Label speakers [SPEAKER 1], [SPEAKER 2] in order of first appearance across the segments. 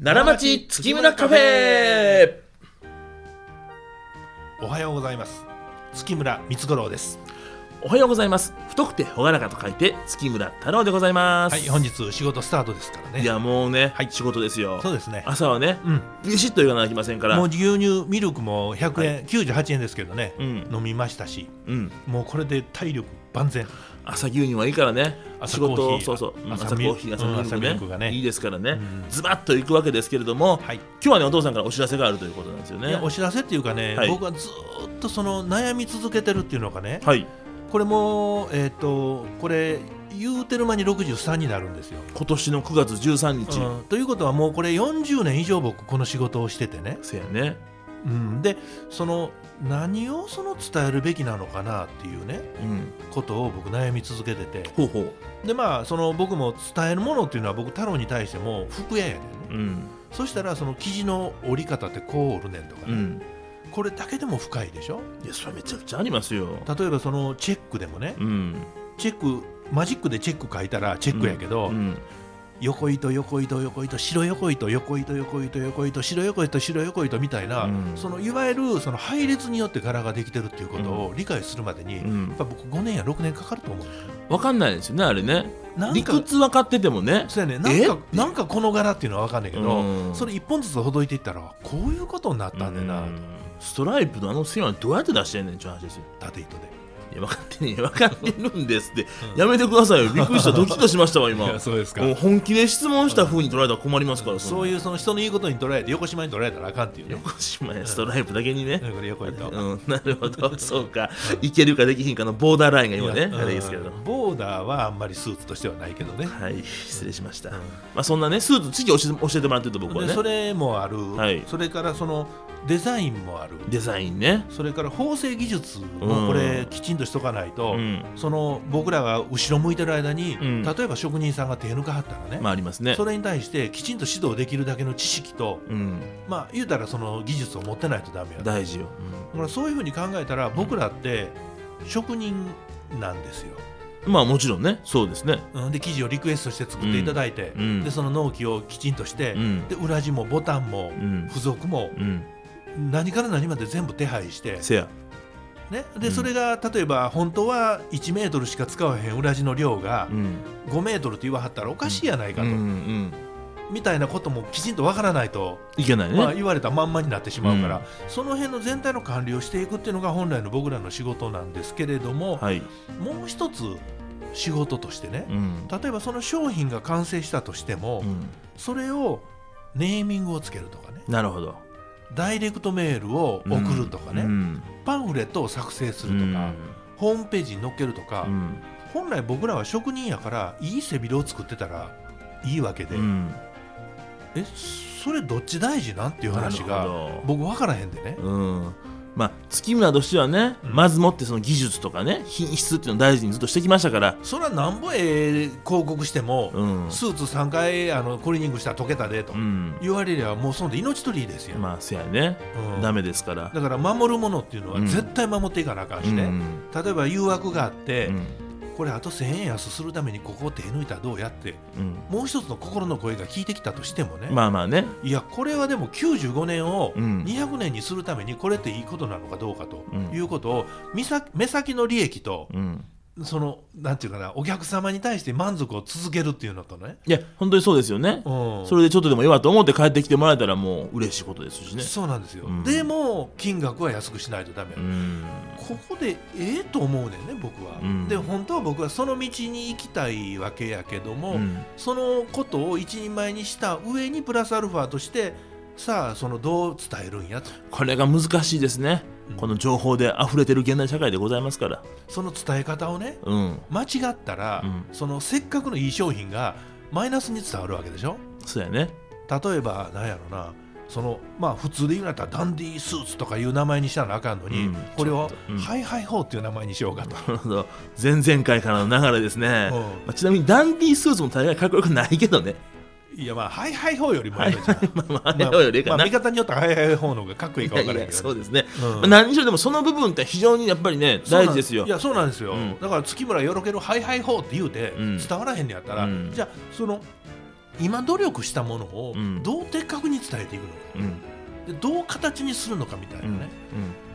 [SPEAKER 1] 奈良町月村カフェ
[SPEAKER 2] おはようございます月村光五郎です
[SPEAKER 1] おはようございます太くて朗らかと書いて月村太郎でございます、
[SPEAKER 2] はい本日仕事スタートですからね
[SPEAKER 1] いやもうね、
[SPEAKER 2] はい
[SPEAKER 1] 仕事ですよ
[SPEAKER 2] そうですね
[SPEAKER 1] 朝はね
[SPEAKER 2] うん
[SPEAKER 1] ビシッと言わなきゃいけませんから
[SPEAKER 2] もう牛乳ミルクも100円、98円ですけどね、
[SPEAKER 1] うん
[SPEAKER 2] 飲みましたし
[SPEAKER 1] うん、
[SPEAKER 2] もうこれで体力万全
[SPEAKER 1] 朝牛乳はいいからね
[SPEAKER 2] 朝
[SPEAKER 1] 仕
[SPEAKER 2] コー
[SPEAKER 1] 事
[SPEAKER 2] ヒー
[SPEAKER 1] そうそううん
[SPEAKER 2] 朝
[SPEAKER 1] 朝コーヒー
[SPEAKER 2] ミ
[SPEAKER 1] 朝ミルクね,、
[SPEAKER 2] ルうん朝ミルクがね
[SPEAKER 1] いいですからね、
[SPEAKER 2] うん
[SPEAKER 1] ズバッといくわけですけれども、
[SPEAKER 2] はい
[SPEAKER 1] 今日はねお父さんからお知らせがあるということなんですよ
[SPEAKER 2] い
[SPEAKER 1] ね
[SPEAKER 2] やお知らせっていうかね、
[SPEAKER 1] はい
[SPEAKER 2] 僕はずーっとその悩み続けてるっていうのがね、
[SPEAKER 1] はい
[SPEAKER 2] これもえっ、とこれ言うてる間に63になるんですよ、
[SPEAKER 1] 今年の9月13日、
[SPEAKER 2] うんということはもうこれ40年以上僕この仕事をしててね、
[SPEAKER 1] せやね
[SPEAKER 2] うん、でその何をその伝えるべきなのかなっていうね
[SPEAKER 1] うん
[SPEAKER 2] ことを僕悩み続けてて
[SPEAKER 1] ほうほう
[SPEAKER 2] でまあその僕も伝えるものっていうのは僕太郎に対しても服屋やでね、
[SPEAKER 1] うん
[SPEAKER 2] そしたらその生地の折り方ってこう折るねんとか
[SPEAKER 1] う
[SPEAKER 2] ね、
[SPEAKER 1] ん
[SPEAKER 2] これだけでも深いでしょ
[SPEAKER 1] いやそれはめちゃくちゃありますよ
[SPEAKER 2] 例えばそのチェックでもね、
[SPEAKER 1] うん
[SPEAKER 2] チェックマジックでチェック書いたらチェックやけど、
[SPEAKER 1] うん
[SPEAKER 2] 横糸横糸横糸白横糸横糸横糸横糸白横糸白横糸みたいな、
[SPEAKER 1] うん
[SPEAKER 2] そのいわゆるその配列によって柄ができてるっていうことを理解するまでに、
[SPEAKER 1] う
[SPEAKER 2] やっ
[SPEAKER 1] ん、
[SPEAKER 2] ぱ僕5年や6年かかると思う
[SPEAKER 1] 分かんないですよねあれね
[SPEAKER 2] なん
[SPEAKER 1] 理
[SPEAKER 2] か
[SPEAKER 1] 屈分かっててもね
[SPEAKER 2] そうやねなんか
[SPEAKER 1] え
[SPEAKER 2] なんかこの柄っていうのは分かんないけど、
[SPEAKER 1] うん
[SPEAKER 2] それ1本ずつほどいていったらこういうことになったんだよな、
[SPEAKER 1] うんストライプのあの線はどうやって出してんねんちゅう話ですよ
[SPEAKER 2] 縦糸で。
[SPEAKER 1] いや分かって ね分かってるんですって、
[SPEAKER 2] うん
[SPEAKER 1] やめてくださいよびっくりしたドキッとしましたわ今
[SPEAKER 2] いやそうですか
[SPEAKER 1] もう本気で質問した風に捉えたら困りますから
[SPEAKER 2] そういううその人の言うことに捉えて横島に捉えたらあかんっていうね。
[SPEAKER 1] 横島やストライプだけにね、
[SPEAKER 2] うんこれ横糸。
[SPEAKER 1] うん、なるほど、そうか、いけるかできひんかのボーダーラインが今ね、
[SPEAKER 2] うん
[SPEAKER 1] あれですけれども。
[SPEAKER 2] ボーダーはあんまりスーツとしてはないけどね。
[SPEAKER 1] はい、失礼しました。まあ、そんなね、スーツ、次教えて教えてもらってると、僕は
[SPEAKER 2] で
[SPEAKER 1] ね
[SPEAKER 2] そ、れもある、
[SPEAKER 1] はい
[SPEAKER 2] それからそのデザインもある、
[SPEAKER 1] デザインね。
[SPEAKER 2] それから縫製技術
[SPEAKER 1] うん
[SPEAKER 2] もこれきちんとしとかないと、
[SPEAKER 1] うん
[SPEAKER 2] その僕らが後ろ向いてる間に、
[SPEAKER 1] うん
[SPEAKER 2] 例えば職人さんが手抜かはったらね、
[SPEAKER 1] まあ、ありますね
[SPEAKER 2] そ。れに対してきちんと指導できるだけの知識と、
[SPEAKER 1] うん、
[SPEAKER 2] まあ、言うたらその技術を持ってないとダメやだ
[SPEAKER 1] 大事よ。
[SPEAKER 2] からそういうふうに考えたら僕らって職人なんですよ。
[SPEAKER 1] うんまあ、もちろんね、そうですね。
[SPEAKER 2] うんで生地をリクエストして作っていただいて、
[SPEAKER 1] うんうん
[SPEAKER 2] でその納期をきちんとして、
[SPEAKER 1] うん
[SPEAKER 2] で裏地もボタン
[SPEAKER 1] う
[SPEAKER 2] も
[SPEAKER 1] ん、
[SPEAKER 2] 付属も
[SPEAKER 1] うん、
[SPEAKER 2] 何から何まで全部手配して、
[SPEAKER 1] せや。
[SPEAKER 2] ね、
[SPEAKER 1] う
[SPEAKER 2] で
[SPEAKER 1] ん
[SPEAKER 2] それが例えば本当は1メートルしか使わへん裏地の量が
[SPEAKER 1] うん、
[SPEAKER 2] 5メートルって言わはったらおかしいやないか
[SPEAKER 1] う
[SPEAKER 2] と、
[SPEAKER 1] ん、うん、
[SPEAKER 2] みたいなこともきちんとわからないと、
[SPEAKER 1] いけない
[SPEAKER 2] まあ、
[SPEAKER 1] ね。
[SPEAKER 2] 言われたまんまになってしまうから、
[SPEAKER 1] うん
[SPEAKER 2] その辺の全体の管理をしていくっていうのが本来の僕らの仕事なんですけれども、
[SPEAKER 1] はい、
[SPEAKER 2] もう一つ仕事としてね、
[SPEAKER 1] うん、
[SPEAKER 2] 例えばその商品が完成したとしても、
[SPEAKER 1] うん、
[SPEAKER 2] それをネーミングをつけるとかね
[SPEAKER 1] なるほど。
[SPEAKER 2] ダイレクトメールを送るとかね、
[SPEAKER 1] うん、
[SPEAKER 2] パンフレットを作成するとか、ホームページに載っけるとか、
[SPEAKER 1] うん、
[SPEAKER 2] 本来僕らは職人やからいい背広を作ってたらいいわけで、
[SPEAKER 1] うん、
[SPEAKER 2] えそれどっち大事なんっていう話
[SPEAKER 1] なる
[SPEAKER 2] が
[SPEAKER 1] ほど
[SPEAKER 2] 僕分からへんでね、
[SPEAKER 1] うんまあ、月村としてはね、
[SPEAKER 2] うん
[SPEAKER 1] まずもってその技術とかね品質っていうのを大事にずっとしてきましたから、
[SPEAKER 2] それはなんぼええ広告しても、
[SPEAKER 1] うん
[SPEAKER 2] スーツ3回あのクリーニングしたら溶けたでと
[SPEAKER 1] うん、
[SPEAKER 2] 言われりゃもうそんで命取りですよ、
[SPEAKER 1] まあせやね、
[SPEAKER 2] うん
[SPEAKER 1] ダメですから、
[SPEAKER 2] だから守るものっていうのは
[SPEAKER 1] うん
[SPEAKER 2] 絶対守っていかなあかんしね、
[SPEAKER 1] うん
[SPEAKER 2] 例えば誘惑があって、
[SPEAKER 1] うん
[SPEAKER 2] これあと1000円安するためにここを手抜いたらどうやって
[SPEAKER 1] うん
[SPEAKER 2] もう一つの心の声が聞いてきたとしてもね、
[SPEAKER 1] まあまあね、
[SPEAKER 2] いやこれはでも95年を
[SPEAKER 1] うん
[SPEAKER 2] 200年にするためにこれっていいことなのかどうかと
[SPEAKER 1] うん
[SPEAKER 2] いうことをみさ目先の利益と
[SPEAKER 1] うん、
[SPEAKER 2] そのなんていうかなお客様に対して満足を続けるっていうのとね、
[SPEAKER 1] いや本当にそうですよね、
[SPEAKER 2] うん、
[SPEAKER 1] それでちょっとでもええわと思って帰ってきてもらえたらもう嬉しいことですしね、
[SPEAKER 2] そうなんですよ、
[SPEAKER 1] うん
[SPEAKER 2] でも金額は安くしないとダメ、
[SPEAKER 1] うん
[SPEAKER 2] ここでええと思うねんね僕は、
[SPEAKER 1] うん
[SPEAKER 2] で本当は僕はその道に行きたいわけやけども、
[SPEAKER 1] うん
[SPEAKER 2] そのことを一人前にした上にプラスアルファとしてさあそのどう伝えるんやと
[SPEAKER 1] これが難しいですね、
[SPEAKER 2] うん
[SPEAKER 1] この情報で溢れてる現代社会でございますから、
[SPEAKER 2] その伝え方をね
[SPEAKER 1] うん、
[SPEAKER 2] 間違ったら、
[SPEAKER 1] うん
[SPEAKER 2] そのせっかくのいい商品がマイナスに伝わるわけでしょ
[SPEAKER 1] そうやね、
[SPEAKER 2] 例えばなんやろなそのまあ普通で言うんだったらダンディースーツとかいう名前にしたらあかんのに、
[SPEAKER 1] うん
[SPEAKER 2] これを
[SPEAKER 1] ちょっとうん
[SPEAKER 2] ハイハイホーっていう名前にしようかと、
[SPEAKER 1] なるほど前々回からの流れですね、
[SPEAKER 2] うん
[SPEAKER 1] まあ、ちなみにダンディースーツも大概かっこよくないけどね
[SPEAKER 2] いやまあハイハイホーよりも
[SPEAKER 1] はいい
[SPEAKER 2] いのじ ゃん
[SPEAKER 1] まあまああれ
[SPEAKER 2] ま
[SPEAKER 1] よりいい
[SPEAKER 2] あ
[SPEAKER 1] か
[SPEAKER 2] ま
[SPEAKER 1] な、
[SPEAKER 2] あ見方によってはハイハイホーの方がかっこいいか分から
[SPEAKER 1] いや
[SPEAKER 2] ない
[SPEAKER 1] いや
[SPEAKER 2] け
[SPEAKER 1] そう
[SPEAKER 2] どね
[SPEAKER 1] ですね、
[SPEAKER 2] うん
[SPEAKER 1] まあ、何しろでもその部分って非常にやっぱりね大事ですよ
[SPEAKER 2] いやそうなんですよ、
[SPEAKER 1] うん
[SPEAKER 2] だから月村よろけるハイハイホーって言うて
[SPEAKER 1] うん
[SPEAKER 2] 伝わらへんのやったら、
[SPEAKER 1] うん
[SPEAKER 2] じゃあその今努力したものを
[SPEAKER 1] うん
[SPEAKER 2] どう的確伝えていくのか
[SPEAKER 1] うん
[SPEAKER 2] でどう形にするのかみたいなね、
[SPEAKER 1] うん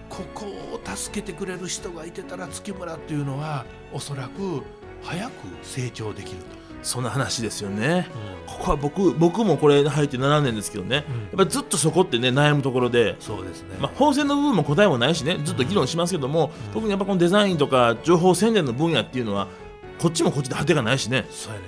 [SPEAKER 2] ここを助けてくれる人がいてたら月村っていうのはおそらく早く成長できると。
[SPEAKER 1] そんな話ですよね
[SPEAKER 2] うん
[SPEAKER 1] ここは僕僕もこれ入って7年ですけどねやっぱずっとそこってね悩むところで、
[SPEAKER 2] そうですね、
[SPEAKER 1] まあ、法制の部分も答えもないしねずっと議論しますけども、
[SPEAKER 2] うん
[SPEAKER 1] 特にやっぱこのデザインとか情報宣伝の分野っていうのはこっちもこっちで果てがないしね
[SPEAKER 2] そうやね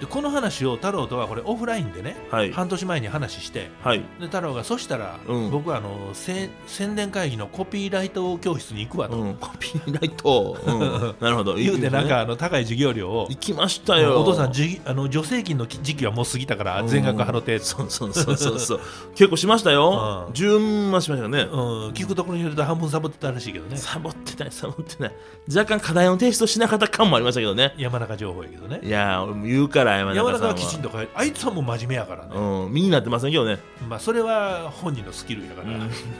[SPEAKER 2] でこの話を太郎とはこれオフラインでね、
[SPEAKER 1] はい
[SPEAKER 2] 半年前に話して
[SPEAKER 1] はい
[SPEAKER 2] で太郎がそしたら、
[SPEAKER 1] うん
[SPEAKER 2] 僕はあのせ宣伝会議のコピーライト教室に行くわと、
[SPEAKER 1] うん、コピーライト、うん なるほど
[SPEAKER 2] 言うてなん
[SPEAKER 1] ね
[SPEAKER 2] かあの高い授業料を
[SPEAKER 1] 行きましたよ
[SPEAKER 2] お父さんじあの助成金の時期はもう過ぎたから全額払って、
[SPEAKER 1] そうそうそうそうそう結構しましたよ、
[SPEAKER 2] うん
[SPEAKER 1] 10万しましたよね、
[SPEAKER 2] うん聞くところによると半分サボってたらしいけどね
[SPEAKER 1] サボってないサボってない若干課題の提出をしなかった感もありましたけどね
[SPEAKER 2] 山中情報やけどね
[SPEAKER 1] いやー俺も言うから山
[SPEAKER 2] 山
[SPEAKER 1] 中さ
[SPEAKER 2] 中
[SPEAKER 1] ん
[SPEAKER 2] は
[SPEAKER 1] は
[SPEAKER 2] きちんと書いてあいつはもう真面目やからね、
[SPEAKER 1] うん、身になってませんけどね、
[SPEAKER 2] まあそれは本人のスキルやから、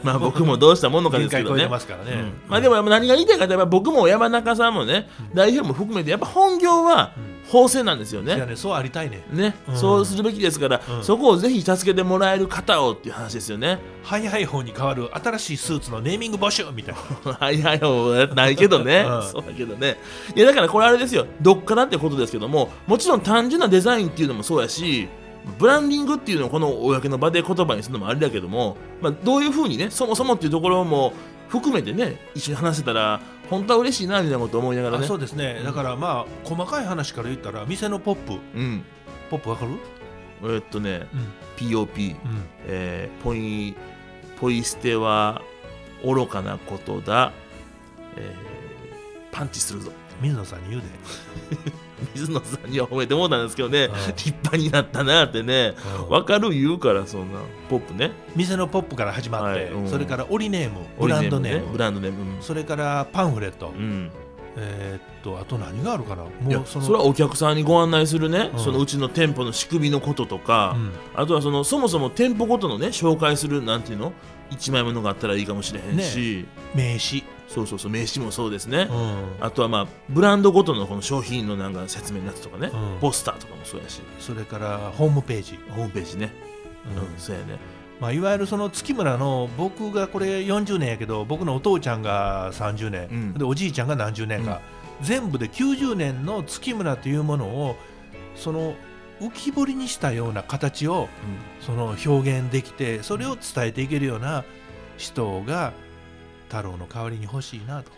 [SPEAKER 1] まあ僕もどうしたものかで
[SPEAKER 2] 限
[SPEAKER 1] すけ
[SPEAKER 2] 界
[SPEAKER 1] ど
[SPEAKER 2] 超え
[SPEAKER 1] ね
[SPEAKER 2] てますからね、
[SPEAKER 1] うんまあでも何が言いたいかといえば僕も山中さんもね、代表も含めてやっぱ本業は
[SPEAKER 2] うん
[SPEAKER 1] 法制なんですよ
[SPEAKER 2] いや
[SPEAKER 1] ね。
[SPEAKER 2] ねそうありたいね
[SPEAKER 1] ね、
[SPEAKER 2] うん
[SPEAKER 1] そうするべきですから、
[SPEAKER 2] うん
[SPEAKER 1] そこをぜひ助けてもらえる方をっていう話ですよね。
[SPEAKER 2] ハイハイ法に変わる新しいスーツのネーミング募集みたいな
[SPEAKER 1] はいはいはないけどね、
[SPEAKER 2] うん
[SPEAKER 1] そうだけどねいやだからこれあれですよどっからってことですけどももちろん単純なデザインっていうのもそうやしブランディングっていうのをこの公の場で言葉にするのもあれだけども、まあ、どういうふうにねそもそもっていうところも含めてね一緒に話せたら本当は嬉しいなみたいなこと思いながら
[SPEAKER 2] あ
[SPEAKER 1] ね
[SPEAKER 2] そうですねだからまあ細かい話から言ったら店のポップ
[SPEAKER 1] うん
[SPEAKER 2] ポップわかる
[SPEAKER 1] えーっとね
[SPEAKER 2] うん
[SPEAKER 1] POP、えーポイポイ捨ては愚かなことだ、えーパンチするぞ
[SPEAKER 2] 水野さんに言うで
[SPEAKER 1] 水野さんには褒めてもらったんですけどね、
[SPEAKER 2] うん
[SPEAKER 1] 立派になったなってね、わかる言うから、そんな、ポップね、
[SPEAKER 2] 店のポップから始まって、
[SPEAKER 1] はいうん
[SPEAKER 2] それからオリネームブランドネーム
[SPEAKER 1] オリジナルねブランドネーム、
[SPEAKER 2] それからパンフレット、
[SPEAKER 1] うん、
[SPEAKER 2] えーっとあと何があるかな
[SPEAKER 1] うんい
[SPEAKER 2] も
[SPEAKER 1] や
[SPEAKER 2] う
[SPEAKER 1] そ
[SPEAKER 2] その
[SPEAKER 1] れはお客さんにご案内するね、
[SPEAKER 2] うん
[SPEAKER 1] そのうちの店舗の仕組みのこととか、
[SPEAKER 2] うん
[SPEAKER 1] あとはそのそもそも店舗ごとのね、紹介するなんていうの、一枚ものがあったらいいかもしれへんし、
[SPEAKER 2] 名刺、
[SPEAKER 1] そうそうそう、名刺もそうですね。
[SPEAKER 2] うん
[SPEAKER 1] あとはまあブランドごとのこの商品のなんか説明のやつとかね、
[SPEAKER 2] うん
[SPEAKER 1] ポスターとかもそうやし
[SPEAKER 2] それからホームページ、
[SPEAKER 1] ホームページね、
[SPEAKER 2] うん
[SPEAKER 1] うん、そうやね
[SPEAKER 2] まあ、いわゆるその月村の僕がこれ40年やけど僕のお父ちゃんが30年、
[SPEAKER 1] うん
[SPEAKER 2] でおじいちゃんが何十年か、全部で90年の月村というものをその浮き彫りにしたような形をその表現できてそれを伝えていけるような人が太郎の代わりに欲しいなと。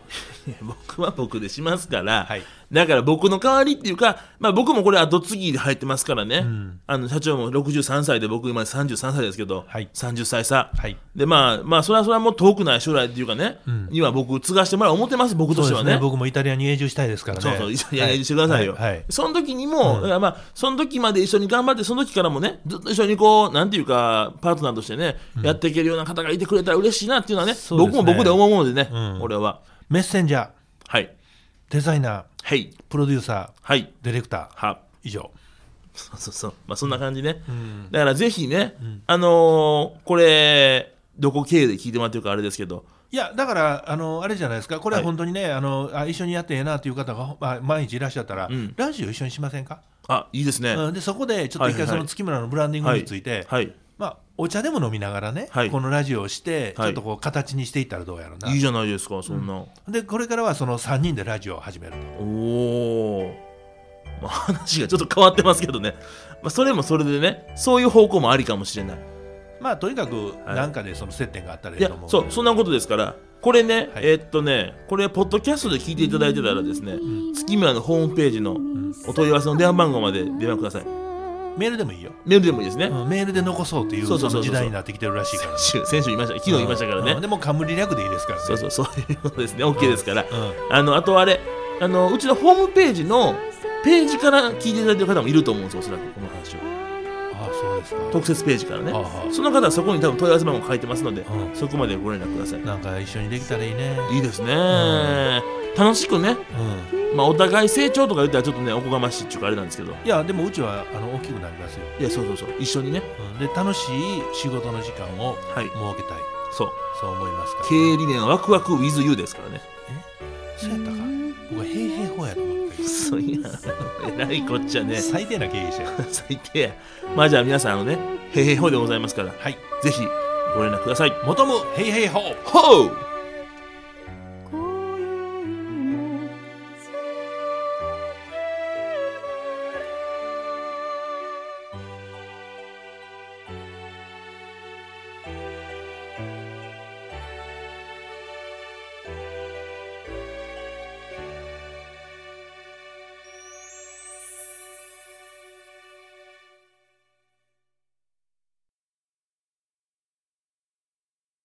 [SPEAKER 1] いや僕は僕でしますから、
[SPEAKER 2] はい
[SPEAKER 1] だから僕の代わりっていうか、まあ、僕もこれ後継ぎで入ってますからね、
[SPEAKER 2] うん
[SPEAKER 1] あの社長も63歳で僕今33歳ですけど、
[SPEAKER 2] はい
[SPEAKER 1] 30歳差
[SPEAKER 2] はい
[SPEAKER 1] でまあまあそれはそれはもう遠くない将来っていうかね、
[SPEAKER 2] うん
[SPEAKER 1] には僕継がしてもらう思ってます僕と
[SPEAKER 2] そう
[SPEAKER 1] して
[SPEAKER 2] で
[SPEAKER 1] は
[SPEAKER 2] す
[SPEAKER 1] ね
[SPEAKER 2] ね僕もイタリアに永住したいですからね。
[SPEAKER 1] そうそう、一緒にやりしてくださいよ。
[SPEAKER 2] はいはい
[SPEAKER 1] その時にも、
[SPEAKER 2] うん
[SPEAKER 1] だからまあ、その時まで一緒に頑張って、その時からもね、ずっと一緒にこう、なんていうか、パートナーとしてね、やっていけるような方がいてくれたら嬉しいなっていうのはね、
[SPEAKER 2] そうです
[SPEAKER 1] 僕
[SPEAKER 2] ね
[SPEAKER 1] も僕で思うものでね、
[SPEAKER 2] うん
[SPEAKER 1] 俺は。
[SPEAKER 2] メッセンジャー
[SPEAKER 1] はい。
[SPEAKER 2] デザイナー
[SPEAKER 1] はい。
[SPEAKER 2] プロデューサ
[SPEAKER 1] はい。
[SPEAKER 2] ーディレクター
[SPEAKER 1] は。
[SPEAKER 2] 以上。
[SPEAKER 1] そうそうそう。まあ、そんな感じね。
[SPEAKER 2] うん
[SPEAKER 1] だからぜひね、あのーこれ、どこ経由で聞いてもらってるかあれですけど、
[SPEAKER 2] いやだからあのあれじゃないですかこれは
[SPEAKER 1] はい
[SPEAKER 2] 本当にね、あのあ一緒にやってええなという方が、まあ、毎日いらっしゃったら、
[SPEAKER 1] うん
[SPEAKER 2] ラジオ一緒にしませんか、
[SPEAKER 1] あ、いいですね。
[SPEAKER 2] うん、でそこでちょっと
[SPEAKER 1] はい
[SPEAKER 2] 一
[SPEAKER 1] はい
[SPEAKER 2] 回その月村のブランディングについて、
[SPEAKER 1] はい。
[SPEAKER 2] まあ、お茶でも飲みながらね、
[SPEAKER 1] はい
[SPEAKER 2] このラジオをして、
[SPEAKER 1] はい
[SPEAKER 2] ちょっとこう形にしていったらどうやろうな、
[SPEAKER 1] いいじゃないですか、そんな。
[SPEAKER 2] でこれからはその3人でラジオを始めると
[SPEAKER 1] おお、まあ、話がちょっと変わってますけどね、まあ、それもそれでねそういう方向もありかもしれない
[SPEAKER 2] まあとにかく
[SPEAKER 1] はい
[SPEAKER 2] 何かでその接点があったらい
[SPEAKER 1] い
[SPEAKER 2] い
[SPEAKER 1] や
[SPEAKER 2] と思う、
[SPEAKER 1] そうそんなことですからこれね、
[SPEAKER 2] はい
[SPEAKER 1] えーっとねこれポッドキャストで聞いていただいてたらですね月村のホームページのお問い合わせの電話番号まで電話ください
[SPEAKER 2] メールでもいいよ、
[SPEAKER 1] メールでもいいですね、
[SPEAKER 2] うんメールで残そうという
[SPEAKER 1] そう
[SPEAKER 2] そ
[SPEAKER 1] そうそうそう
[SPEAKER 2] の時代になってきてるらしいから
[SPEAKER 1] 先週先週言いました昨日言いましたからね、
[SPEAKER 2] うんでも冠略でいいですからね
[SPEAKER 1] そうそうそういうことですね OK ですから、
[SPEAKER 2] うん
[SPEAKER 1] あのあとあれあのうちのホームページのページから聞いていただいてる方もいると思うんですおそらくこの話を
[SPEAKER 2] ああそうですか
[SPEAKER 1] 特設ページからね
[SPEAKER 2] はあはあ
[SPEAKER 1] その方はそこに多分問い合わせ番号書いてますので、
[SPEAKER 2] うん
[SPEAKER 1] そこまでご連絡ください。
[SPEAKER 2] なんか一緒にできたらいいね。
[SPEAKER 1] いいですね、楽しくね、
[SPEAKER 2] うん。
[SPEAKER 1] まあ、お互い成長とか言ったらちょっとねおこがましいっちゅうかあれなんですけど
[SPEAKER 2] いやでもうちはあの大きくなりますよ。
[SPEAKER 1] いやそうそうそう一緒にね
[SPEAKER 2] うん、で楽しい仕事の時間を
[SPEAKER 1] はい
[SPEAKER 2] 設けたい。
[SPEAKER 1] そう
[SPEAKER 2] そう思いますから。
[SPEAKER 1] 経営理念はワクワク WithYou ですからね
[SPEAKER 2] そうやったか。僕は平平法やと思ってる。
[SPEAKER 1] そういやえらいこっちゃね
[SPEAKER 2] 最低な経営者。
[SPEAKER 1] 最低やまあじゃあ皆さんあのねへいへいほうでございますから
[SPEAKER 2] はい
[SPEAKER 1] ぜひご連絡ください
[SPEAKER 2] 求むヘイヘイホー
[SPEAKER 1] ほう